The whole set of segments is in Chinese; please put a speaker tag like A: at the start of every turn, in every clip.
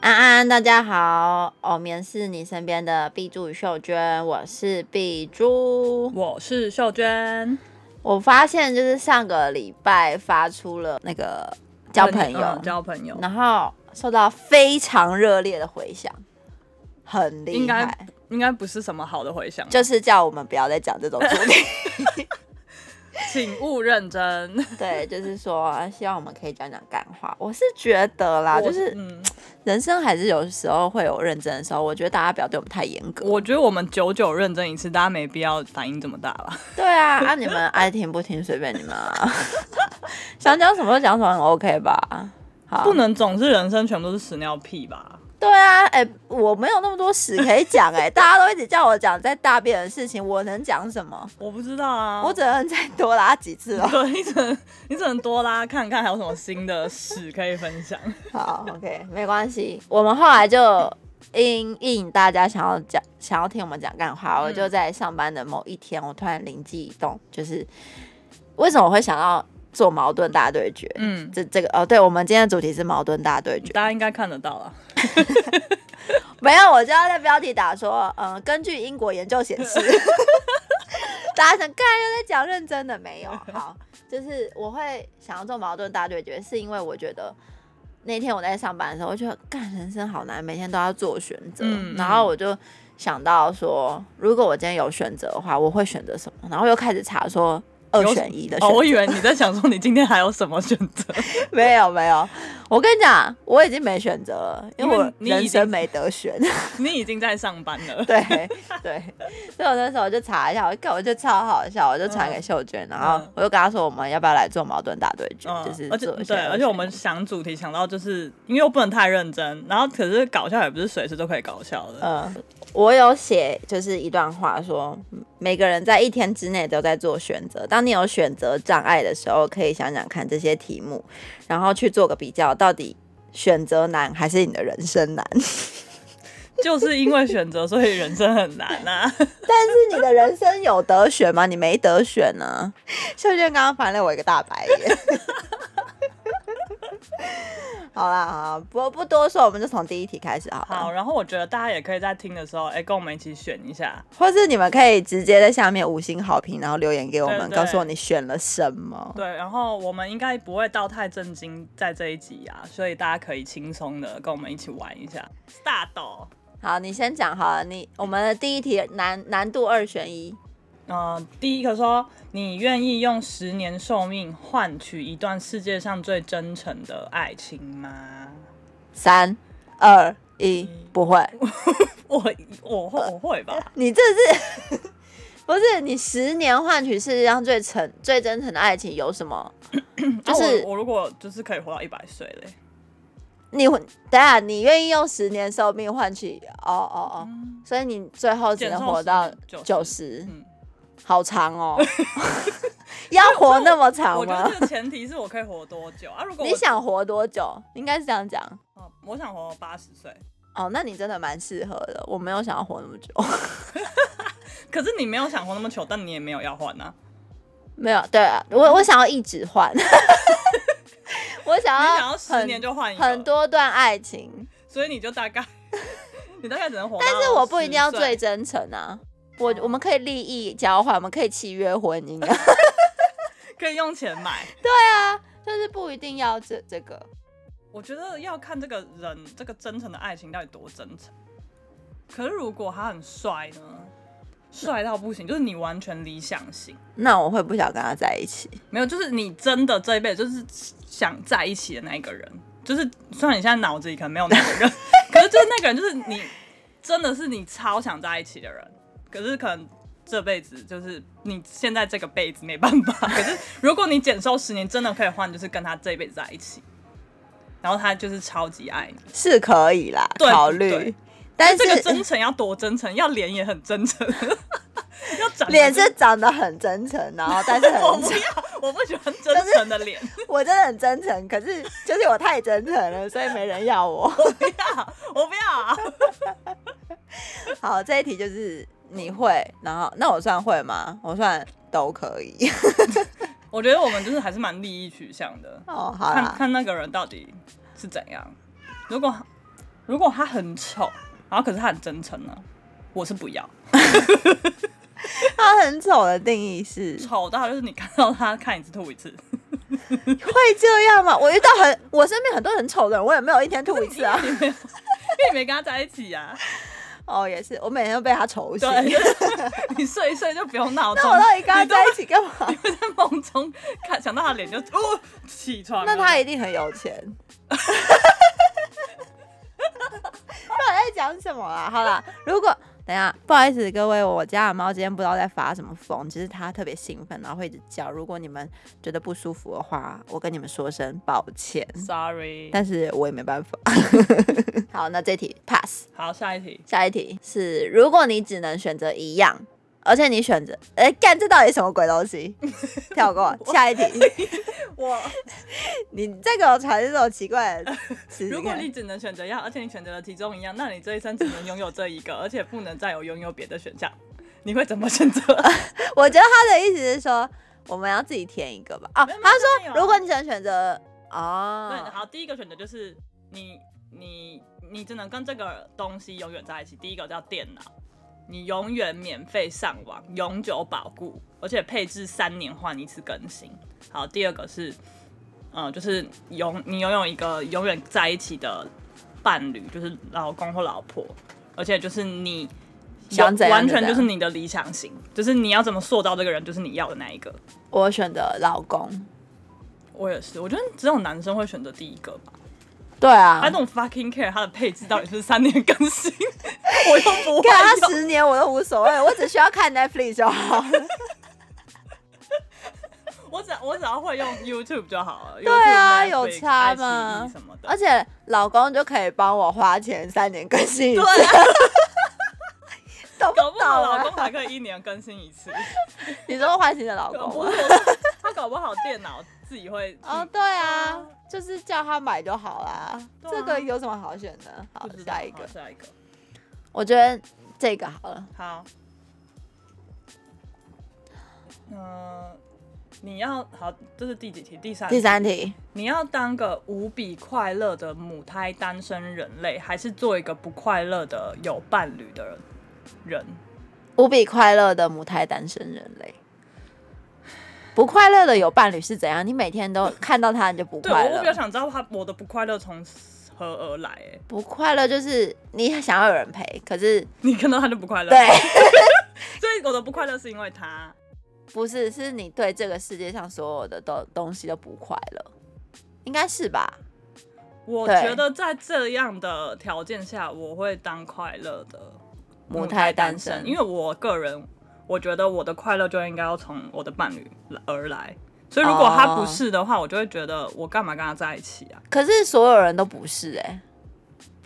A: 安，大家好，偶面是你身边的碧珠与秀娟，我是碧珠。
B: 我是秀娟，
A: 我发现就是上个礼拜发出了那个交朋友，
B: 嗯交朋友，
A: 然后受到非常热烈的回响，很
B: 应
A: 厉
B: 该
A: 害，
B: 应该不是什么好的回响，
A: 就是叫我们不要再讲这种主 题。
B: 请勿认真。
A: 对，就是说啊希望我们可以讲讲干话。我是觉得啦，
B: 我
A: 啊就是
B: 嗯，
A: 人生还是有时候会有认真的时候，我觉得大家不要对我们太严格。
B: 我觉得我们久久认真一次，大家没必要反应这么大吧？
A: 对啊，啊你们爱听不听随便你们啊， 想讲什么就讲什么很，OK 吧？好，
B: 不能总是人生全部都是屎尿屁吧？
A: 对啊，哎、我没有那么多屎可以讲哎、大家都一直叫我讲在大便的事情，我能讲什么？
B: 我不知道啊，
A: 我只能再多拉几次哦。
B: 对，你只能你只能多拉看看还有什么新的事可以分享。
A: 好，OK，没关系。我们后来就因应大家想要讲、想要听我们讲干话，我就在上班的某一天，我突然灵机一动，就是为什么我会想要做矛盾大对决？
B: 嗯，
A: 这这个哦，对，我们今天的主题是矛盾大对决。
B: 大家应该看得到了。啊
A: 没有，我就要在标题打说，嗯，根据英国研究显示， 大家想看又在讲认真的没有？好，就是我会想要做矛盾大对决，是因为我觉得那天我在上班的时候，我觉得干人生好难，每天都要做选择，
B: 嗯
A: 然后我就想到说，如果我今天有选择的话，我会选择什么？然后又开始查说二
B: 有
A: 选一的选
B: 哦，
A: 择，
B: 我以为你在想说你今天还有什么选择，
A: 没有没有，我跟你讲，我已经没选择了，因为
B: 因为
A: 我
B: 你已
A: 人
B: 经
A: 生没得选。
B: 你已经在上班了。
A: 对对，所以我那时候就查一下，我看我就超好笑，我就传给秀娟，然后
B: 嗯
A: 我就跟她说我们要不要来做矛盾大对决，
B: 嗯，
A: 就是
B: 而且
A: 做一些
B: 对，而且我们想主题想到就是因为又不能太认真，然后可是搞笑也不是随时都可以搞笑的。
A: 嗯，我有写就是一段话说，嗯每个人在一天之内都在做选择。当你有选择障碍的时候，可以想想看这些题目，然后去做个比较，到底选择难还是你的人生难？
B: 就是因为选择，所以人生很难啊。
A: 但是你的人生有得选吗？你没得选呢、 秀娟刚刚翻了我一个大白眼。 好啦，好啦不不多说，我们就从第一题开始好了。
B: 好，然后我觉得大家也可以在听的时候，哎、跟我们一起选一下。
A: 或是你们可以直接在下面五星好评，然后留言给我们，
B: 对对
A: 告诉我你选了什么。
B: 对，然后我们应该不会到太震惊在这一集啊，所以大家可以轻松的跟我们一起玩一下。大斗，
A: 好，你先讲好了。你我们的第一题难难度二选一，
B: 嗯、第一个说，你愿意用十年寿命换取一段世界上最真诚的爱情吗？
A: 三嗯二一，不会。
B: 我我会我会 吧。啊
A: 你这是 不是你十年换取世界上最诚最真诚的爱情有什么？就
B: 啊
A: 是
B: 我我如果就是可以活到一百岁嘞，
A: 你会等下，你愿意用十年寿命换取？哦哦哦，所以你最后只能活到
B: 嗯减寿
A: 九
B: 10
A: 十，
B: 嗯
A: 好长 哦，要活那么长
B: 我觉得
A: 吗？
B: 这个前提是我可以活多久啊？如果我
A: 你想活多久？应该是这样讲。
B: 哦，我想活八十岁。
A: 哦，那你真的蛮适合的。我没有想要活那么久，
B: 可是你没有想活那么久，但你也没有要换啊。
A: 没有。对啊，我我想要一直换， 我想
B: 你
A: 要
B: 想要十
A: 啊很
B: 年就换一个，
A: 很，多段爱情，
B: 所以你就 大概，你大概只能活。
A: 但是我不一定要最。真诚啊。我我们可以利益交换，我们可以契约婚姻啊。
B: 可以用钱买。
A: 就是不一定要这这个。
B: 我觉得要看这个人这个真诚的爱情到底多真诚。可是如果他很帅呢？帅到不行，就是你完全理想型，
A: 那我会不想跟他在一起。
B: 没有，就是你真的这一辈子就是想在一起的那一个人，就是虽然你现在脑子里可能没有那 个人，可是就是那个人就是你真的是你超想在一起的人，可是可能这辈子就是你现在这个辈子没办法。 可是如果你减寿十年，真的可以换，就是跟他这一辈子在一起，然后他就是超级爱你，
A: 是可以啦，
B: 对
A: 考虑
B: 对。
A: 但
B: 这个
A: 是
B: 真诚要多真诚，要脸也很真诚， 要长得
A: 脸是长得很真诚，然后但是
B: 我
A: 很
B: 不
A: 假，
B: 要，我不喜欢真诚的脸。
A: 我真的很真诚，可是就是我太真诚了，所以没人要 我。
B: 不要，我不要、啊。
A: 好，这一题就是你会，然后那我算会吗？我算都可以。
B: 我觉得我们就是还是蛮利益取向的，
A: 哦，好
B: 看
A: 啦，
B: 看那个人到底是怎样。如果如果他很丑，然后可是他很真诚呢，我是不要。
A: 他很丑的定义是
B: 丑到就是你看到他看一次吐一次，
A: 会这样吗？我遇到很我身边很多很丑的人，我也没有一天吐一次啊。
B: 因为你没跟他在一起啊。
A: 哦，也是，我每天都被他丑醒。
B: 对， 就是你睡一睡就不用闹钟
A: 那我，到底跟他在一起干 嘛？
B: 就在梦中看想到他脸就哦起床了。
A: 那他一定很有钱。 到底在讲什么啦？好啦，如果等一下，不好意思各位，我家的猫今天不知道在发什么疯，只是它特别兴奋，然后会一直叫。如果你们觉得不舒服的话，我跟你们说声抱歉，
B: sorry。
A: 但是我也没办法。好，那这题 pass。
B: 好，下一题，
A: 下一题是，如果你只能选择一样，而且你选择，哎、干这到底什么鬼东西？跳过，下一题。
B: 我
A: 你再给我传这种奇怪的词
B: 如果你只能选择一样，而且你选择了其中一样，那你这一生只能拥有这一个，而且不能再有拥有别的选项，你会怎么 选择？
A: 啊我觉得他的意思是说，我们要自己填一个吧。哦，
B: 没有
A: 他
B: 没有
A: 说，
B: 没有
A: 如果你只能选择
B: 对，
A: 哦，
B: 好，第一个选择就是你你你只能跟这个东西永远在一起。第一个叫电脑，你永远免费上网，永久保固，而且配置三年换一次更新。好，第二个是，呃，就是永你拥有一个永远在一起的伴侣，就是老公或老婆，而且就是你。
A: 想怎样
B: 完
A: 就
B: 全
A: 怎
B: 就是
A: 样
B: 你的理想型，就是你要怎么塑造这个人，就是你要的那一个。
A: 我选择老公。
B: 我也是，我觉得只有男生会选择第一个
A: 嗯
B: 吧。
A: 对啊
B: 他，那种 fucking care 它的配置到底是不是三年更新，我又不会
A: 看他
B: 用，
A: 十年我都无所谓，我只需要看 Netflix 就好了。
B: 我只我只要会用 YouTube 就好了。对
A: 啊有差啊吗
B: E 什么的
A: 而，且老公就可以帮我花钱三年更新一次， 懂
B: 啊搞不
A: 懂
B: 好老
A: 啊
B: 公？还可以一年更新一 次，
A: 你说唤醒的老
B: 搞
A: 公
B: 不
A: 吗
B: 好？他搞不好电脑自己会
A: 哦，对啊，就是叫他买就好啦。
B: 对啊
A: 这个有什么好选的？好
B: 不，知道
A: 下一个
B: 好，下一个，
A: 我觉得这个好了。
B: 好，嗯、你要好，这是第几题？第三题
A: 第三题，
B: 你要当个无比快乐的母胎单身人类，还是做一个不快乐的有伴侣的人？
A: 无比快乐的母胎单身人类。不快乐的有伴侣是怎样？你每天都看到他，你就不
B: 对，
A: 快
B: 我我比较
A: 乐。
B: 想知道他我的不快乐从何而来、欸。
A: 不快乐就是你想要有人陪，可是
B: 你看到他就不快乐，
A: 对，，
B: 所以我的不快乐是因为他。
A: 不是，是你对这个世界上所有的东东西都不快乐，应该是吧？
B: 我
A: 对
B: 觉得在这样的条件下，我会当快乐的
A: 母胎单
B: 身，
A: 身，
B: 因为我个人我觉得我的快乐就应该要从我的伴侣而来，所以如果他
A: 哦
B: 不是的话，我就会觉得我干嘛跟他在一起啊？
A: 可是所有人都不是哎、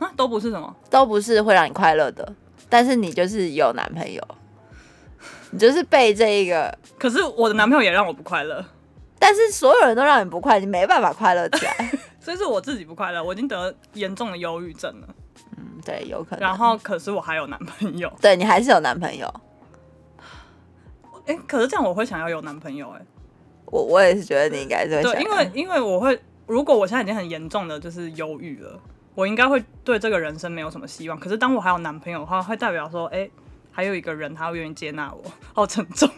B: 啊，都不是什么。
A: 都不是会让你快乐的，但是你就是有男朋友，你就是被这一个，
B: 可是我的男朋友也让我不快乐，
A: 但是所有人都让你不快，你没办法快乐起 来。
B: 所以是我自己不快乐，我已经得严重的忧郁症了。
A: 嗯，对，有可能。
B: 然后可是我还有男朋友，
A: 对你还是有男朋友，
B: 哎、可是这样我会想要有男朋友、诶
A: 我我也是觉得你应该是会想
B: 哎，对，因为因为我会，如果我现在已经很严重的就是忧郁了，我应该会对这个人生没有什么希望。可是当我还有男朋友的话，会代表说，哎、还有一个人他会愿意接纳我，好沉重。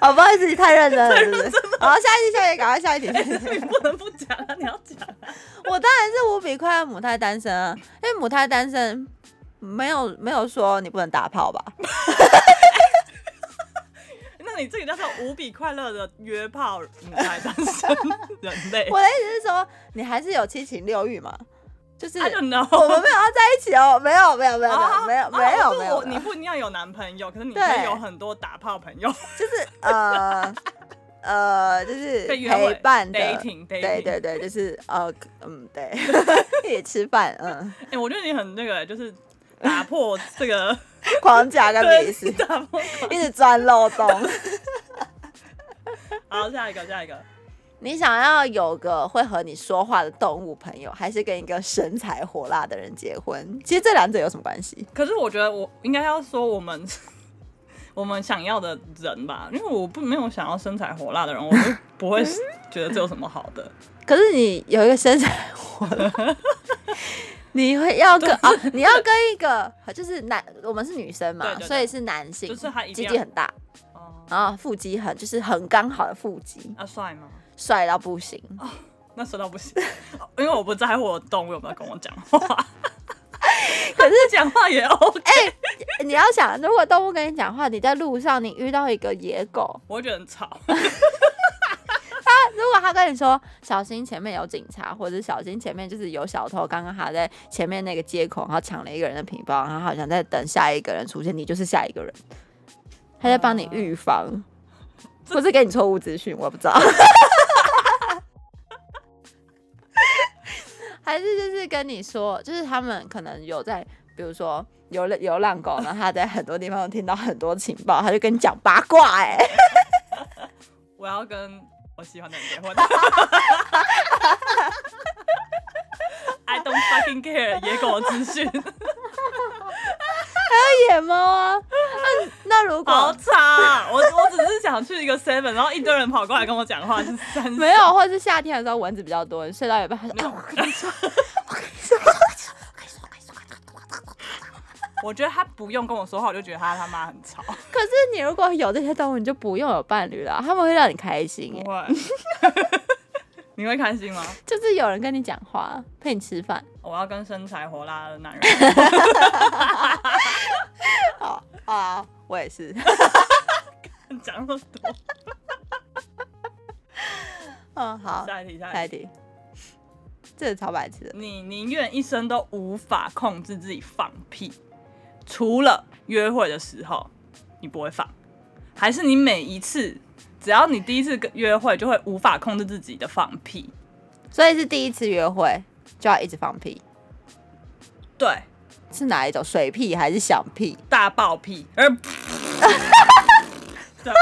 A: 哦，不好意思，你太认真了，是不是？好，下一题，下一题，赶快下一题。
B: 你不能不讲啊，你要讲啊、
A: 我当然是无比快乐母胎单身啊，因为母胎单身没有没有说你不能打炮吧？
B: 那你这个叫做无比快乐的约炮母胎单身人类。
A: 我的意思是说，你还是有七情六欲嘛，就是
B: I don't know，
A: 我们没有要在一起哦，没有没有没有没有
B: 啊
A: 没有
B: 啊
A: 没
B: 我说
A: 有
B: 我
A: 没
B: 你
A: 有，
B: 不一定要有男朋友，可是你
A: 对
B: 可以有很多打炮朋友，
A: 就是呃呃，就是
B: 可以约会
A: 陪伴的，
B: dating
A: 对
B: dating。
A: 对对，就是呃嗯对， 一起吃饭嗯，
B: 哎、我觉得你很那个，就是打破这个
A: 框架跟
B: 对
A: 迷思，
B: 打破。
A: 一直钻漏洞。
B: 好，下一个，下一个，
A: 你想要有个会和你说话的动物朋友，还是跟一个身材火辣的人结婚？其实这两者有什么关系？
B: 可是我觉得我应该要说我们我们想要的人吧，因为我不没有想要身材火辣的人，我就不会觉得这有什么好的。
A: 可是你有一个身材火辣， 你会要跟啊，你要跟一个就是男，我们是女生嘛，
B: 对对对
A: 所以是男性，
B: 就是他一
A: 鸡
B: 定要
A: 鸡很大，
B: 哦，
A: 然后腹肌很就是很刚好的腹肌，
B: 啊，帅吗？
A: 帅到不行。
B: 那帅到不行，因为我不在乎我动物有没有跟我讲话。可是讲话也 OK，、
A: 你要想，如果动物跟你讲话，你在路上你遇到一个野狗，
B: 我会觉得很吵。
A: 如果他跟你说小心前面有警察，或者小心前面就是有小偷，刚刚他在前面那个街口，然后抢了一个人的皮包，然后好像在等下一个人出现，你就是下一个人，他在帮你预防， 或是给你错误资讯，我不知道。还是就是跟你说，就是他们可能有在，比如说流浪流浪狗，然后他在很多地方听到很多情报，他就跟你讲八卦、哎。
B: 我要跟我喜欢的人结婚。I don't fucking care 野狗的资讯，
A: 野猫啊。那那如
B: 好
A: 果
B: 吵啊！我我只是想去一个 seven，然后一堆人跑过来跟我讲话，是三
A: 没有，或者是夏天的时候蚊子比较多，你睡到一半它就
B: 没有
A: 啊，我跟你说，我跟你说，
B: 我觉得他不用跟我说话，我就觉得他他妈很吵。
A: 可是你如果有这些动物，你就不用有伴侣了，他们会让你开心
B: 不
A: 耶，
B: 会，你会开心吗？
A: 就是有人跟你讲话，陪你吃饭，
B: 我要跟身材火辣的男人。
A: 好啊，我也 是，
B: 讲那么多，
A: 嗯，好，
B: 下一题，下
A: 下
B: 一
A: 一
B: 题。
A: 题，这个超白痴的，
B: 你宁愿一生都无法控制自己放屁，除了约会的时候你不会放，还是你每一次只要你第一次跟约会就会无法控制自己的放屁？
A: 所以是第一次约会就要一直放屁，
B: 对，
A: 是哪一种？水屁还是响屁？
B: 大爆屁，而对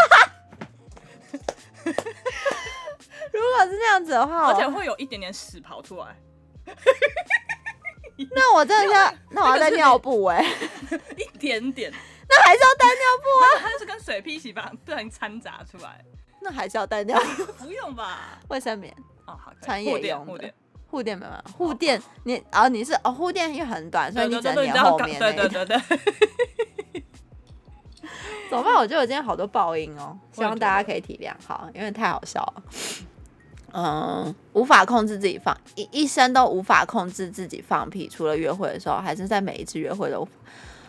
A: 如果是那样子的话，哦
B: 而
A: 我
B: 且会有一点点屎跑出来，
A: 那我真的要，那我要带
B: 这个是
A: 尿布哎、
B: 一点点，
A: 那还是要带尿布啊。
B: 它就是跟水屁一起把不小心掺杂出来，
A: 那还是要带掉
B: 不用吧？
A: 卫生棉、
B: 哦，好，可以
A: 穿
B: 护
A: 夜
B: 垫
A: 用
B: 护
A: 的
B: 垫。
A: 护垫没有，护垫你哦你是哦护垫因为很短，所以你只能
B: 对对对，
A: 粘
B: 要
A: 后
B: 搞
A: 面那
B: 对
A: 一
B: 对
A: 段。
B: 对对。
A: 怎么办？我觉得我今天好多爆音哦，希望
B: 我也觉得
A: 大家可以体谅，好，因为太好笑了。嗯，无法控制自己放一一生都无法控制自己放屁，除了约会的时候，还是在每一次约会都。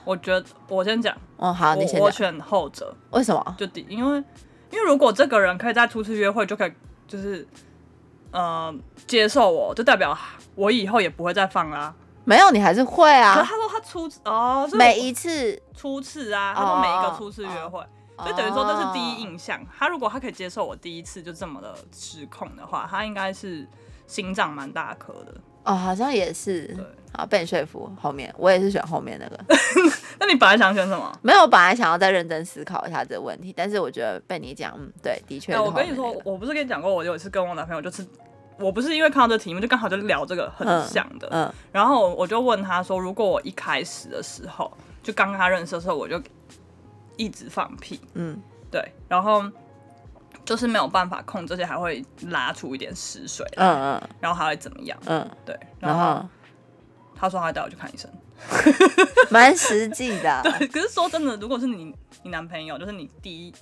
B: 我觉得我先讲，
A: 哦，好，你先
B: 我我
A: 讲，
B: 选后者，
A: 为什么？
B: 就第，因为因为如果这个人可以在初次约会就可以，就是呃接受我，就代表我以后也不会再放啦。
A: 没有，你还是会
B: 可是
A: 啊，
B: 他说他初次哦，所以
A: 每一次，
B: 初次啊，
A: 哦
B: 他说每一个初次约会，
A: 哦
B: 所以等于说这是第一印象。他如果他可以接受我第一次就这么的失控的话，他应该是心脏蛮大颗的。
A: 哦，好像也是
B: 对，
A: 好被你说服。后面我也是选后面那个，
B: 那你本来想选什么？
A: 没有，我本来想要再认真思考一下这个问题，但是我觉得被你讲，嗯，对，的确
B: 哎、
A: 是后
B: 我
A: 面那个、
B: 跟你说，我不是跟你讲过，我有一次跟我男朋友就是，我不是因为看到这题目，就刚好就聊这个很
A: 嗯
B: 像的，
A: 嗯，
B: 然后我就问他说，如果我一开始的时候，就刚跟他认识的时候，我就一直放屁，
A: 嗯，
B: 对，然后就是没有办法控制，而且还会拉出一点屎水，
A: 嗯嗯
B: 然后还会怎么样？
A: 嗯，
B: 对，然
A: 然
B: 后
A: 后
B: 他说他会带我去看医生。
A: 蛮实际的啊，
B: 可是说真的，如果是你你男朋友，就是你第一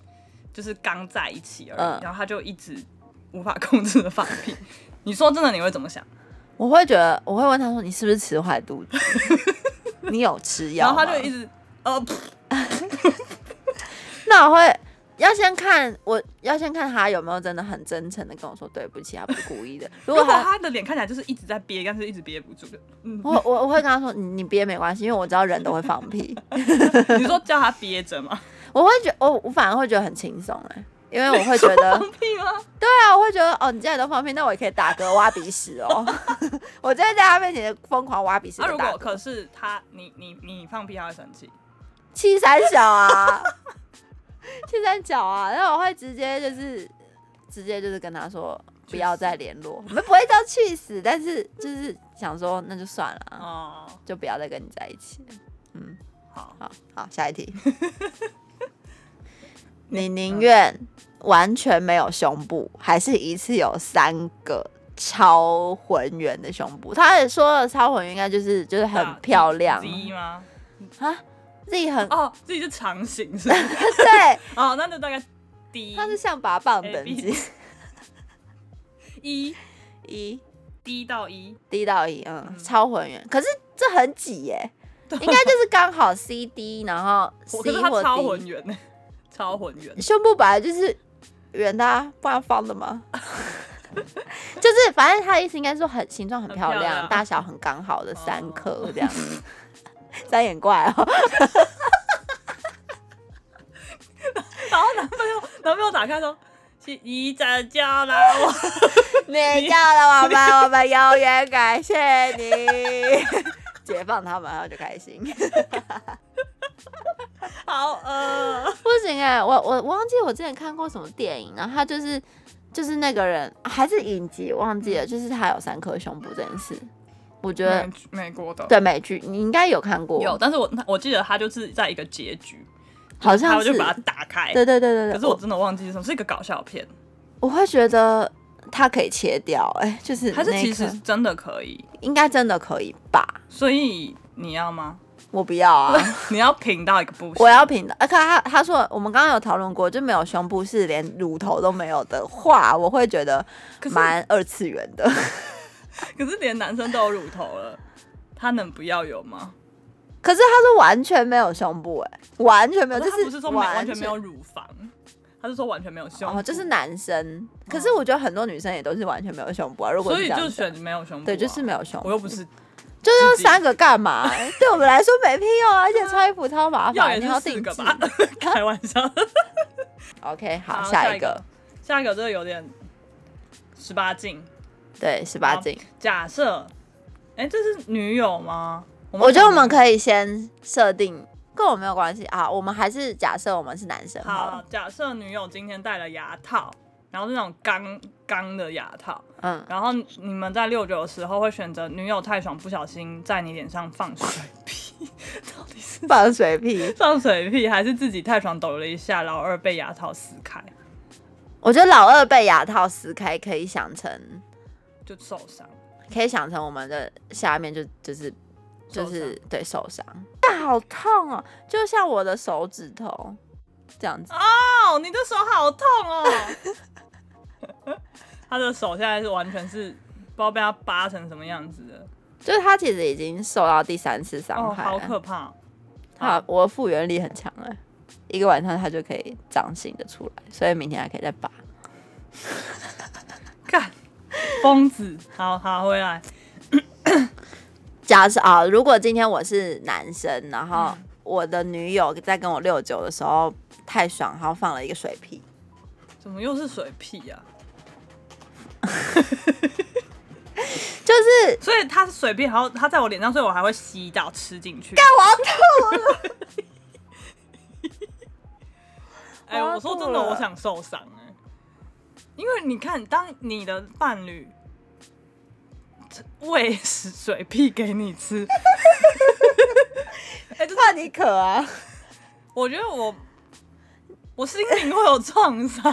B: 就是刚在一起而已，
A: 嗯
B: 然后他就一直无法控制的放屁，你说真的你会怎 么想？
A: 我会觉得，我会问他说，你是不是吃坏肚子？你有吃药
B: 然
A: 吗？
B: 后他就一直呃，噗
A: 那我会要先看，我要先看他有没有真的很真诚的跟我说对不起，他不是故意的。如
B: 如
A: 果
B: 果
A: 他，
B: 他的脸看起来就是一直在憋，但是一直憋不住的，嗯，
A: 我我我会跟他说，你你憋没关系，因为我知道人都会放屁。
B: 你说叫他憋着吗？
A: 我会觉我我反而会觉得很轻松哎，因为我会觉得。
B: 放 屁吗？
A: 对啊，我会觉得哦，你既然都放屁，那我也可以打嗝挖鼻屎 哦。我就会在他面前疯狂挖鼻屎
B: 啊，
A: 跟
B: 如
A: 打
B: 果
A: 嗝。
B: 可是他，你你你放屁，他会生气。
A: 七三小啊， 七三角啊，然后我会直接就是直接就是跟他说不要再联络，我们不会到去死，但是就是想说那就算了啊，
B: 哦，
A: 就不要再跟你在一起。嗯，
B: 好，
A: 好好，下一 题。
B: 嗯
A: 你宁愿完全没有胸部，还是一次有三个超浑圆的胸部。他说的超浑圆应该就是就是很漂亮
B: 第一吗？
A: 啊，自己 很、
B: 哦，自己是长型是不是
A: 对，
B: 哦，那就大概 D
A: 他是象拔蚌等
B: A, B
A: 级，
B: 一
A: 一
B: D 到一，
A: 低到一，嗯，
B: 嗯
A: 超浑圆。可是这很挤耶、
B: 对
A: 应该就是刚好 C D，然后 C
B: 我可是它
A: 或
B: 超
A: D。
B: 浑圆 呢，超浑圆。
A: 胸部本来就是圆的、啊，不然方的吗？ 就是反正他的意思应该说很形状很漂亮，
B: 很漂亮
A: 大小很刚好的三
B: 哦
A: 颗这样。 三眼怪 哦，
B: 然后男朋友男朋友打 开说：“是你怎叫了我？”
A: 你叫了我们，我们永远感谢你。 解放他们，然后就开 心。
B: 好饿。
A: 不行哎、我我我忘记我之前看过什么电影，然后他就是就是那个人还是影集，忘记
B: 嗯
A: 了，就是他有三颗胸部这件事，我觉得
B: 美美国的
A: 对美剧你应该有看过，
B: 有，但是我我记得他就是在一个结局，
A: 好
B: 然
A: 像
B: 后
A: 是
B: 就把它打开。
A: 对对对对对。
B: 欸可是我真的忘记是什么，是一个搞笑片，
A: 我会觉得它可以切掉、哎，就是
B: 还是
A: 那一
B: 其
A: 刻
B: 实真的可以？
A: 应该真的可以吧？
B: 所以你要吗？
A: 我不要啊，
B: 你要平到一个不行，
A: 我要平的。而且他他说我们刚刚有讨论过，就没有胸部是连乳头都没有的话，我会觉得
B: 可是
A: 蛮二次元的。
B: 可是连男生都有乳头了，他能不要有吗？
A: 可是他说完全没有胸部、哎，完全没有，
B: 可
A: 就是
B: 他不是说没完全没有
A: 完
B: 乳房，他是说完全没有胸
A: 全。
B: 部，啊嗯
A: 哦，就是男生，可是我觉得很多女生也都是完全没有胸部啊。如果
B: 所
A: 是
B: 以
A: 这样
B: 就
A: 子
B: 选没有胸部啊、
A: 对，就是没有胸
B: 我
A: 部，
B: 又不是
A: 就
B: 自
A: 要
B: 己
A: 三个干嘛？ 对我们来说没屁用啊，而且穿衣服超麻
B: 要
A: 烦，
B: 也
A: 你
B: 是
A: 要
B: 四
A: 定
B: 个
A: 制。
B: 吧， 开玩笑。
A: OK，好，
B: 好
A: 下
B: 下
A: 一
B: 一
A: 个
B: 个，下一个这个有点十八禁，
A: 对，十八
B: 好
A: 禁。
B: 假设，哎、这是女友吗？我
A: 我觉得我们
B: 以
A: 可以先设定，跟我没有关系啊，我们还是假设我们是男生好
B: 好
A: 了，，
B: 假设女友今天戴了牙套，然后是那种钢钢的牙套，
A: 嗯，
B: 然后你们在六九的时候会选择女友太爽，不小心在你脸 上放水屁，到底是
A: 放水屁。
B: 放水屁还是自己太爽抖了一下，老二被牙套撕开
A: 我觉得老二被牙套撕开，可以想成，
B: 就受伤？
A: 可以想成我们的下面就就是就
B: 受
A: 是对受伤，但好痛哦，就像我的手指头这样子，
B: 哦，你的手好痛哦！ 他的手现在是完全是不知道被他扒成什么样子的，
A: 就是他其实已经受到第三次
B: 哦，
A: 伤害了，
B: 好可 怕哦、
A: 他我的复原力很强哎、一个晚上他就可以长新的出来，所以明天还可以再拔。
B: 看疯子，好好回来，
A: 假设啊，如果今天我是男生，然后我的女友在跟我六九的时候太爽，然后放了一个水屁，
B: 怎么又是水屁啊呀、
A: 就是
B: 所以他是水屁，然后他在我脸上，所以我还会吸到吃进去。
A: 我要吐，
B: 哎、
A: 我要
B: 我说
A: 吐
B: 真的，
A: 了
B: 我想受伤哎、因为你看，当你的伴侣喂 食水屁给你吃，
A: 怕哎你渴啊！
B: 我觉得我我心灵会有创伤。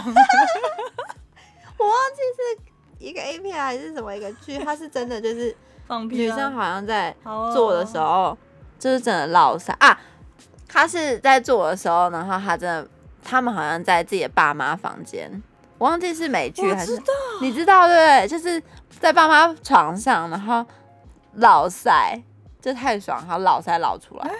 A: 我忘记是一个 A 片还是什么一个剧，它是真的就是
B: 放屁
A: 女
B: 啊、
A: 生好像在
B: 好哦
A: 做的时候，就是真的落塞啊。她是在做的时候，然后她真的，他们好像在自己的爸妈房间，我忘记是美剧
B: 我
A: 还
B: 知
A: 是
B: 道，
A: 你知道对不对？就是在爸妈床上，然后老塞，就太爽，然后老塞老出
B: 哎
A: 来，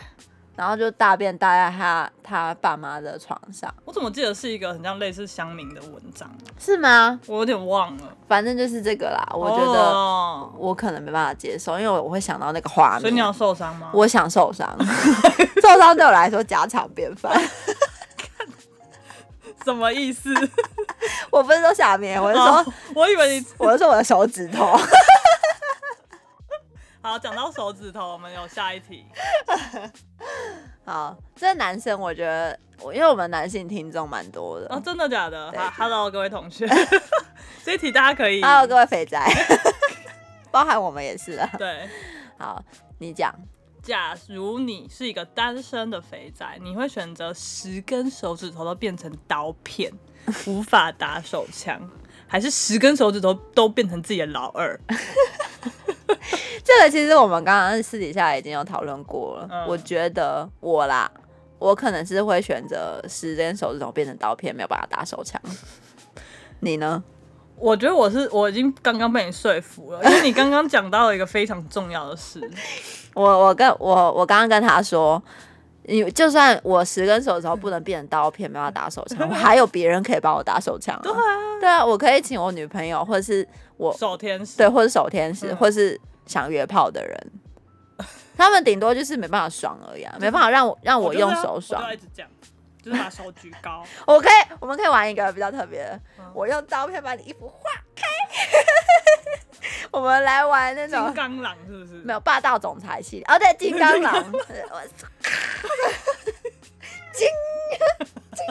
A: 然后就大便大在他他爸妈的床上，
B: 我怎么记得是一个很像类似乡民的文章，
A: 是吗？
B: 我有点忘了。
A: 反正就是这个啦，我觉得
B: 哦、
A: 我可能没办法接受，因为我我会想到那个画面。
B: 所以你要受伤吗？
A: 我想受伤， 受伤对我来说家常便饭。
B: 什么意思？
A: 我不是说下面，我是说，
B: 哦、我以为你
A: 我是说我的手指头。
B: 好讲到手指头，我们有下一题。
A: 好，这男生我觉得，我因为我们男性听众蛮多的
B: 哦，，真的假的
A: 嗯对
B: 哈？Hello，各位同 学，这一题大家可以。
A: 还有各位肥宅， 包含我们也是啊。
B: 对，
A: 好，你讲，
B: 假如你是一个单身的肥仔，你会 选择十根手指头都变成刀片，无法打手枪，还是十根手指头都变成自己的老二？
A: 这个其实我们刚刚私底下已经有讨论过了。
B: 嗯
A: 我觉得我啦，我可能是会选择十根手指头变成刀片，没有把它打手枪。你呢？
B: 我觉得我是我已经刚刚被你说服了，因为你刚刚讲到了一个非常重要的 事，
A: 我我跟我我刚刚跟他说，你就算我十根手指头不能变成刀片，没有办法打手枪，我还有别人可以帮我打手枪、啊。对啊，我可以请我女朋友，或者是我
B: 手天使。
A: 对，或者手天使，
B: 嗯
A: 或是想约炮的人，他们顶多就是没办法爽而已啊，没办法让我让我
B: 就是要
A: 用手爽
B: 我就。要一直这样，就是把手举 高。
A: 我可以，我们可以玩一个比较特别的，
B: 嗯
A: 我用刀片把你衣服划开， 我们来玩那
B: 金
A: 种
B: 刚狼是不是？
A: 没有霸道总裁系列，哦对，金刚 狼，我金 金，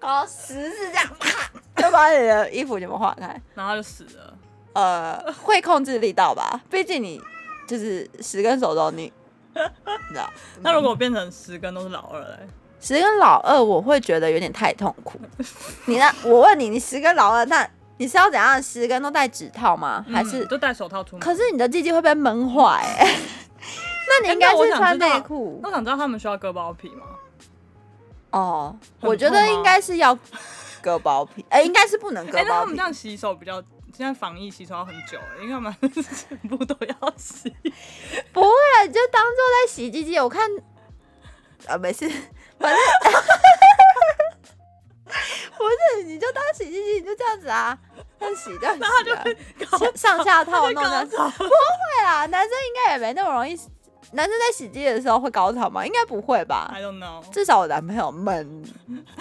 A: 然后十字这样啪，就把你的衣服全部划开。
B: 然后他就死了。
A: 呃，会控制力道吧，毕竟你就是十根手指头你，你知道，
B: 那如果我变成十根都是老二嘞？
A: 十根老二，我会觉得有点太痛苦。你那，我问你，你十根老二，那你是要怎样？十根都戴指套吗？还是？
B: 嗯就戴手套出门？
A: 可是你的鸡鸡会被闷坏、 欸，那你应该
B: 那我
A: 是
B: 想
A: 穿
B: 知道
A: 内裤
B: 那我想知道他们需要割包皮吗？
A: 哦。
B: 很
A: 我觉
B: 痛
A: 得
B: 吗
A: 应该是要割包皮， 哎、应该是不能
B: 哎、
A: 割
B: 那
A: 包
B: 他们
A: 皮
B: 这。样洗手比较，现在防疫洗手要很久、因为他们 全部都要 洗。
A: 不会啊，你就当做在洗鸡鸡。我看， 啊，没事， 反正 不是，你就当洗鸡鸡，你就这样子啊，这样洗，这样洗、啊。啊上上下套弄
B: 他
A: 的。
B: 就高潮
A: 对啦，男生应该也没那么容易。男生在洗鸡的时候会高潮吗？应该不会吧。
B: I don't know。
A: 至少我男朋友们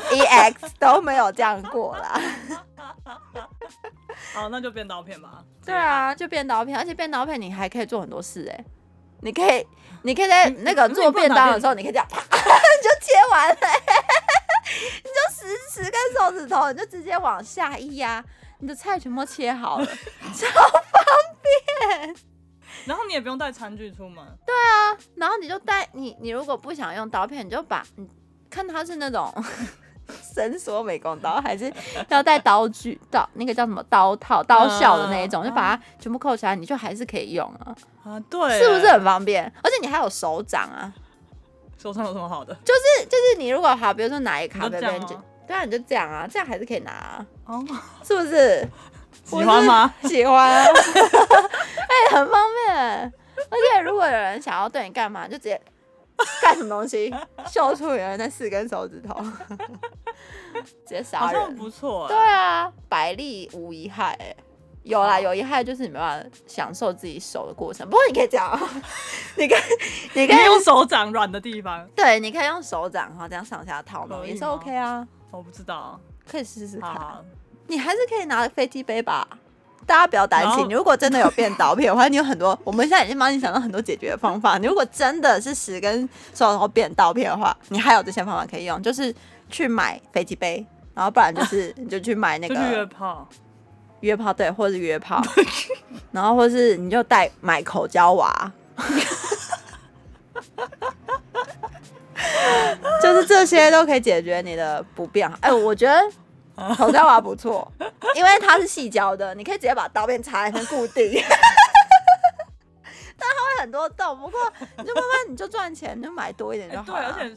A: EX 都没有这样过啦。
B: 好，那就变刀片吧。
A: 对啊，就变刀片，而且变刀片你还可以做很多事哎、你可以，你可以在那个
B: 嗯
A: 做便当的时候，你可以这样，啪 你就切完了、欸， 你就十十根手指头，你就直接往下一压，你的菜全部切好 了。
B: 然后你也不用带餐具出门。
A: 然后你就带你你如果不想用刀片，你就把你看它是那种 伸缩美工刀，还是要带刀具刀那个叫什么刀套刀鞘的那一种，
B: 嗯
A: 就把它全部扣起来，你就还是可以用啊，
B: 啊，对，
A: 是不是？很方便？而且你还有手掌啊，
B: 手上有什么好的？
A: 就是就是你如果好，比如说拿一个
B: 你
A: 咖
B: 就
A: 啡
B: 这
A: 杯，
B: 样
A: 你就
B: 吗？
A: 对啊，你就这样啊，这样还是可以拿、啊，
B: 哦，
A: 是不是？
B: 喜欢吗？
A: 我是 喜欢啊，哎、很方便。而且如果有人想要对你干嘛，就直接干什么东 西，秀出你的那四根手指头，直接杀
B: 好像
A: 人。
B: 不错、
A: 对
B: 欸。
A: 啊，百利无一害、哎有啦，
B: 好
A: 有一害就是你没办法享受自己手的过程。不过你可以这样 啊，你可以，你可以
B: 你可以用手掌软的地方，
A: 对，你可以用手掌哈这样上下套弄
B: 可以
A: 也是
B: 吗
A: OK 啊，
B: 我不知道。
A: 可以试试
B: 哦好
A: 看。
B: 好，
A: 你还是可以拿飞机杯吧。大家不要担
B: 然
A: 心，
B: 后
A: 你如果真的有变刀片的话，你有很多，我们现在已经帮你想到很多解决方法。你如果真的是十根手指头变刀片的话，你还有这些方法可以用，就是去买飞机杯，然后不然就是你就去买那
B: 啊就去约
A: 个
B: 炮。
A: 约炮对，或者是约炮， 然后或是你就带买口胶娃， 就是这些都可以解决你的不便。哎、我觉得口胶娃不错，因为它是细胶的，你可以直接把刀片插在那固定。 但它会很多洞，不过你就慢慢你就赚钱，你就买多一点
B: 哎、
A: 就
B: 对，
A: 好啊了、
B: 而且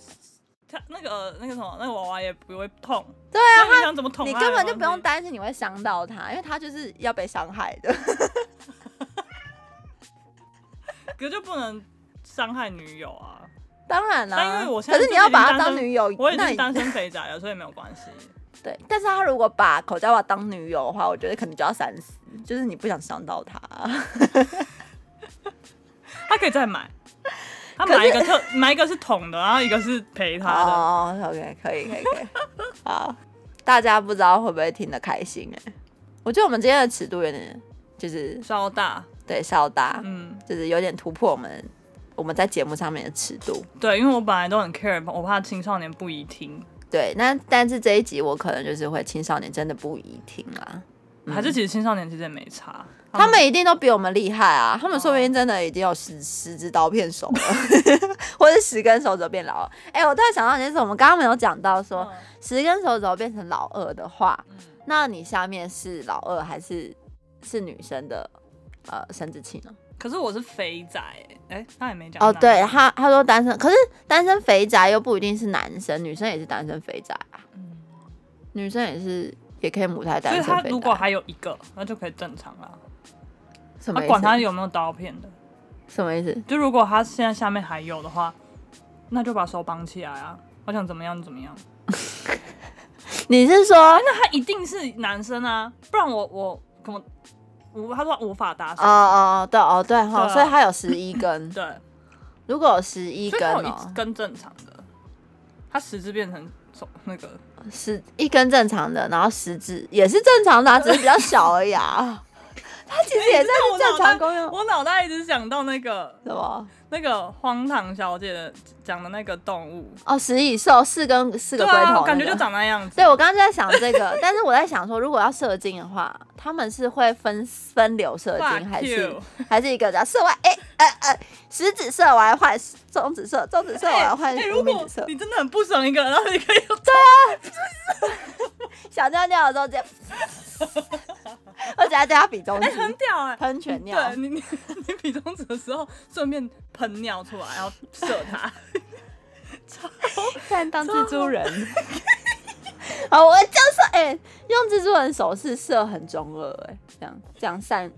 B: 它那个那个什么，那个娃娃也不会痛。
A: 对啊，
B: 那你想怎么捅
A: 你
B: 它也没关系？
A: 根本就不用担心你会伤到它，因为它就是要被伤害的。
B: 可就不能伤害女友啊！
A: 当然啦、
B: 但因为我现
A: 可
B: 在
A: 是你要把她当女友，
B: 我已
A: 那
B: 经
A: 你
B: 单身肥宅啊了，所以没有关系。
A: 对。但是他如果把口罩娃当女友的话，我觉得可能就要三思，就是你不想伤到他。
B: 他可以再买，他
A: 可是
B: 买一个特买一个是桶的，然后一个是陪他的。
A: 哦、o k 可以，可以，可以。好，大家不知道会不会听得开心哎、我觉得我们今天的尺度有点，就是
B: 稍大，
A: 对稍大，
B: 嗯，
A: 就是有点突破我们我们在节目上面的尺度。
B: 对，因为我本来都很 care，我怕青少年不宜听，
A: 对，那但是这一集我可能就是会青少年真的不宜听啦。
B: 还是其实青少年其实也没差。
A: 嗯他们一定都比我们厉害
B: 哦
A: 啊！他们说不定真的已经有十十只刀片手了， 或者十根手指头变老二。哎、我突然想到一件事，我们刚刚没有讲到说，
B: 嗯
A: 十根手指头变成老二的话，那你下面是老二还是是女生的呃生殖器呢？
B: 可是我是肥宅、欸，哎、他也没讲
A: 哦，
B: 到
A: 对，他他说单身，可是单身肥宅又不一定是男生，女生也是单身肥宅啊，
B: 嗯
A: 女生也是也可以母胎单
B: 所以
A: 身
B: 他
A: 肥宅。
B: 如果还有一个，那就可以正常啦。
A: 什么
B: 他
A: 意思？
B: 管他有没有刀片的，
A: 什么意思？
B: 就如果他现在下面还有的话，那就把手绑起来啊！我想怎么样就怎么样。哎
A: 你是说
B: 那他一定是男生啊，不然我我可能无他说无法搭手。
A: 哦哦对哦对哈，
B: 对啊
A: 所以它有十一根，
B: 对，
A: 如果有十一
B: 所以
A: 根
B: 他有
A: 哦
B: 一，根正常的，他十字变成手那个，
A: 十一根正常的，然后十指也是正常的啊，只是比较小而已啊。它其
B: 哎
A: 实也算是正常功用。
B: 我脑袋一直想到那个
A: 什么？
B: 那个荒唐小姐的讲的那个动物，
A: 哦，十蚁兽四根四个
B: 对
A: 龟头、那
B: 啊，
A: 个
B: 感觉就长那样子。
A: 对，我刚刚就在想这个，但是我在想说，如果要射精的话，他们是会分分流射
B: Fuck
A: 精，还是
B: you
A: 还是一个只要射完，哎、呃呃，食指射完换中指射，中指射
B: 哎
A: 完换
B: 哎
A: 无
B: 如
A: 名
B: 果
A: 指射，
B: 你真的很不爽一个，然后你可以有
A: 小尿尿的时候直接， 而且还对他比 中指，
B: 很屌哎、
A: 喷泉尿
B: 对你 你你比中指的时候，顺便喷尿出来，然后射它。
A: 看当蜘蛛人。好，我就说，哎、用蜘蛛人手势射很中二、哎，这样这样散，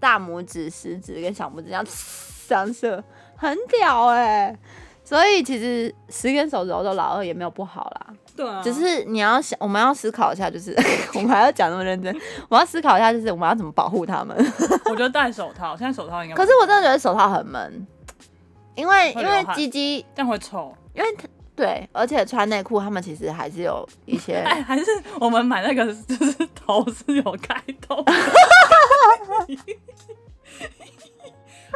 A: 大拇指、食指跟小拇指这样 这样射，很屌哎、所以其实十根手指头的老二也没有不好啦，
B: 对啊
A: 只是你要想，我们要思考一下，就是 我们还要讲那么认真，我要思考一下，就是我们要怎么保护他们。
B: 我觉得戴手套，现在手套应该不
A: 可是我真的觉得手套很闷，因为因
B: 会
A: 为
B: 流汗
A: 鸡鸡
B: 这样会臭。
A: 因为他对，而且穿内裤，他们其实还是有一些
B: 哎，还是我们买那个就是头是有开洞的。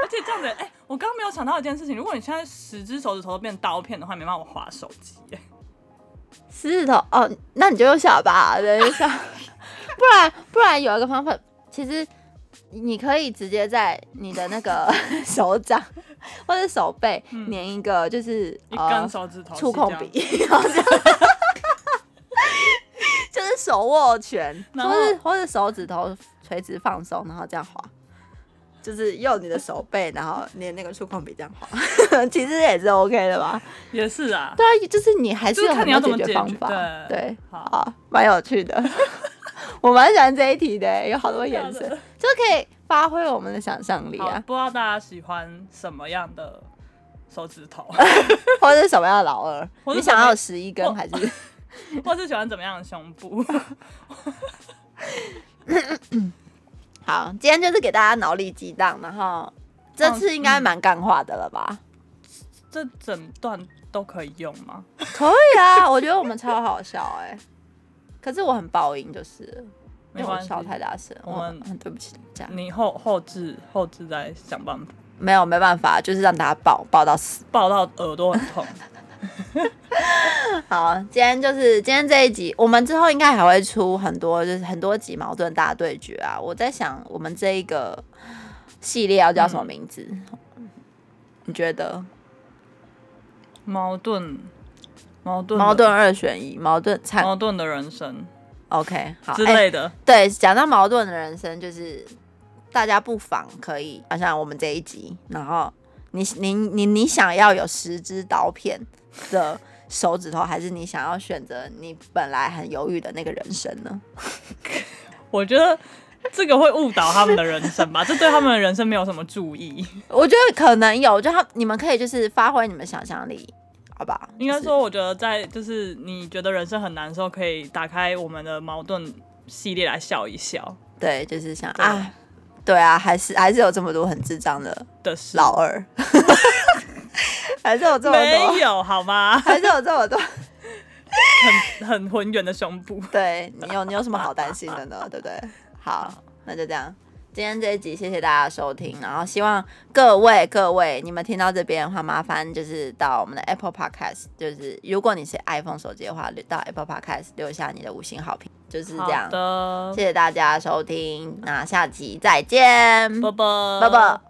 B: 而且这样子，哎、我刚刚没有想到一件事情，如果你现在十只手指头都变刀片的话，没办法划手机、哎
A: 狮子头哦，那你就用下巴，等一 下，不然不然有一个方法，其实你可以直接在你的那个 手掌或者手背
B: 嗯
A: 粘一个，就是、
B: 一根
A: 呃
B: 手指头是
A: 触控
B: 这样，
A: 笔，然后这样。就是手握拳，
B: 然
A: 或
B: 后
A: 是或是手指头垂直放松，然后这样滑，就是用你的手背，然后粘那个触控笔这样滑， 其实也是 OK 的吧？
B: 也是啊。
A: 对啊，就是你还是
B: 就是
A: 有
B: 看
A: 很
B: 你要
A: 多
B: 怎么
A: 解决
B: 解决
A: 方法，
B: 对
A: 对，
B: 好
A: 啊，蛮有趣的。 我蛮喜欢这一题的，有好多延伸
B: 真的假的，
A: 就可以发挥我们的想象力
B: 好，
A: 啊，
B: 不知道大家喜欢什么样的手指头，
A: 或者是什么样的老二？
B: 或
A: 你
B: 是
A: 想
B: 什么
A: 要有十一根
B: 或
A: 还是？
B: 或是喜欢怎么样的胸部？
A: 好，今天就是给大家脑力激荡，然后这次应该蛮干化的了吧？
B: 这整段都可以用吗？
A: 可以啊， 我觉得我们超好笑哎、可是我很爆音，就是了因
B: 没
A: 为我
B: 关系，
A: 笑太大声，
B: 我们
A: 很对不起大家。
B: 你后后置后置再想办法，
A: 没有，没办法，就是让大家爆爆到死。
B: 爆到耳朵很痛。
A: 好，今天就是今天这一集，我们之后应该还会出很多，就是很多集矛盾大对决啊。我在想，我们这一个系列要叫什么名字？你觉得？
B: 矛盾，矛盾的，
A: 矛盾二选一，矛盾惨。
B: 矛盾的人生
A: OK，好，
B: 哦之
A: 哎
B: 类的。
A: 对，讲到矛盾的人生，就是大家不妨可以想想我们这一集，然后你你你你想要有十支刀片的手指头，还是你想要选择你本来很犹豫的那个人生呢？
B: 我觉得这个会误导他们的人生吧，这 对他们的人生没有什么注意。
A: 我觉得可能有，就他你们可以就是发挥你们想象力，好吧？
B: 应该
A: 就是
B: 说，我觉得在就是你觉得人生很难的时候，可以打开我们的矛盾系列来笑一笑
A: 对，就是想
B: 对
A: 啊，对啊，还是还是有这么多很智障的
B: 的事。
A: 老二， 还是有这么多
B: 没，有好吗？
A: 还是有这么多。
B: 很很浑圆的胸部。
A: 对你有你有什么好担心的呢？ 对不对？好，那就这样。今天这一集谢谢大家收听，然后希望各位各位，你们听到这边的话，麻烦就是到我们的 Apple Podcast，就是如果你是 iPhone 手机的话，到 Apple Podcast 留下你的五星好评，就是这样
B: 好。的
A: 谢，谢大家收听，那下集再见，
B: 拜拜，
A: 拜拜。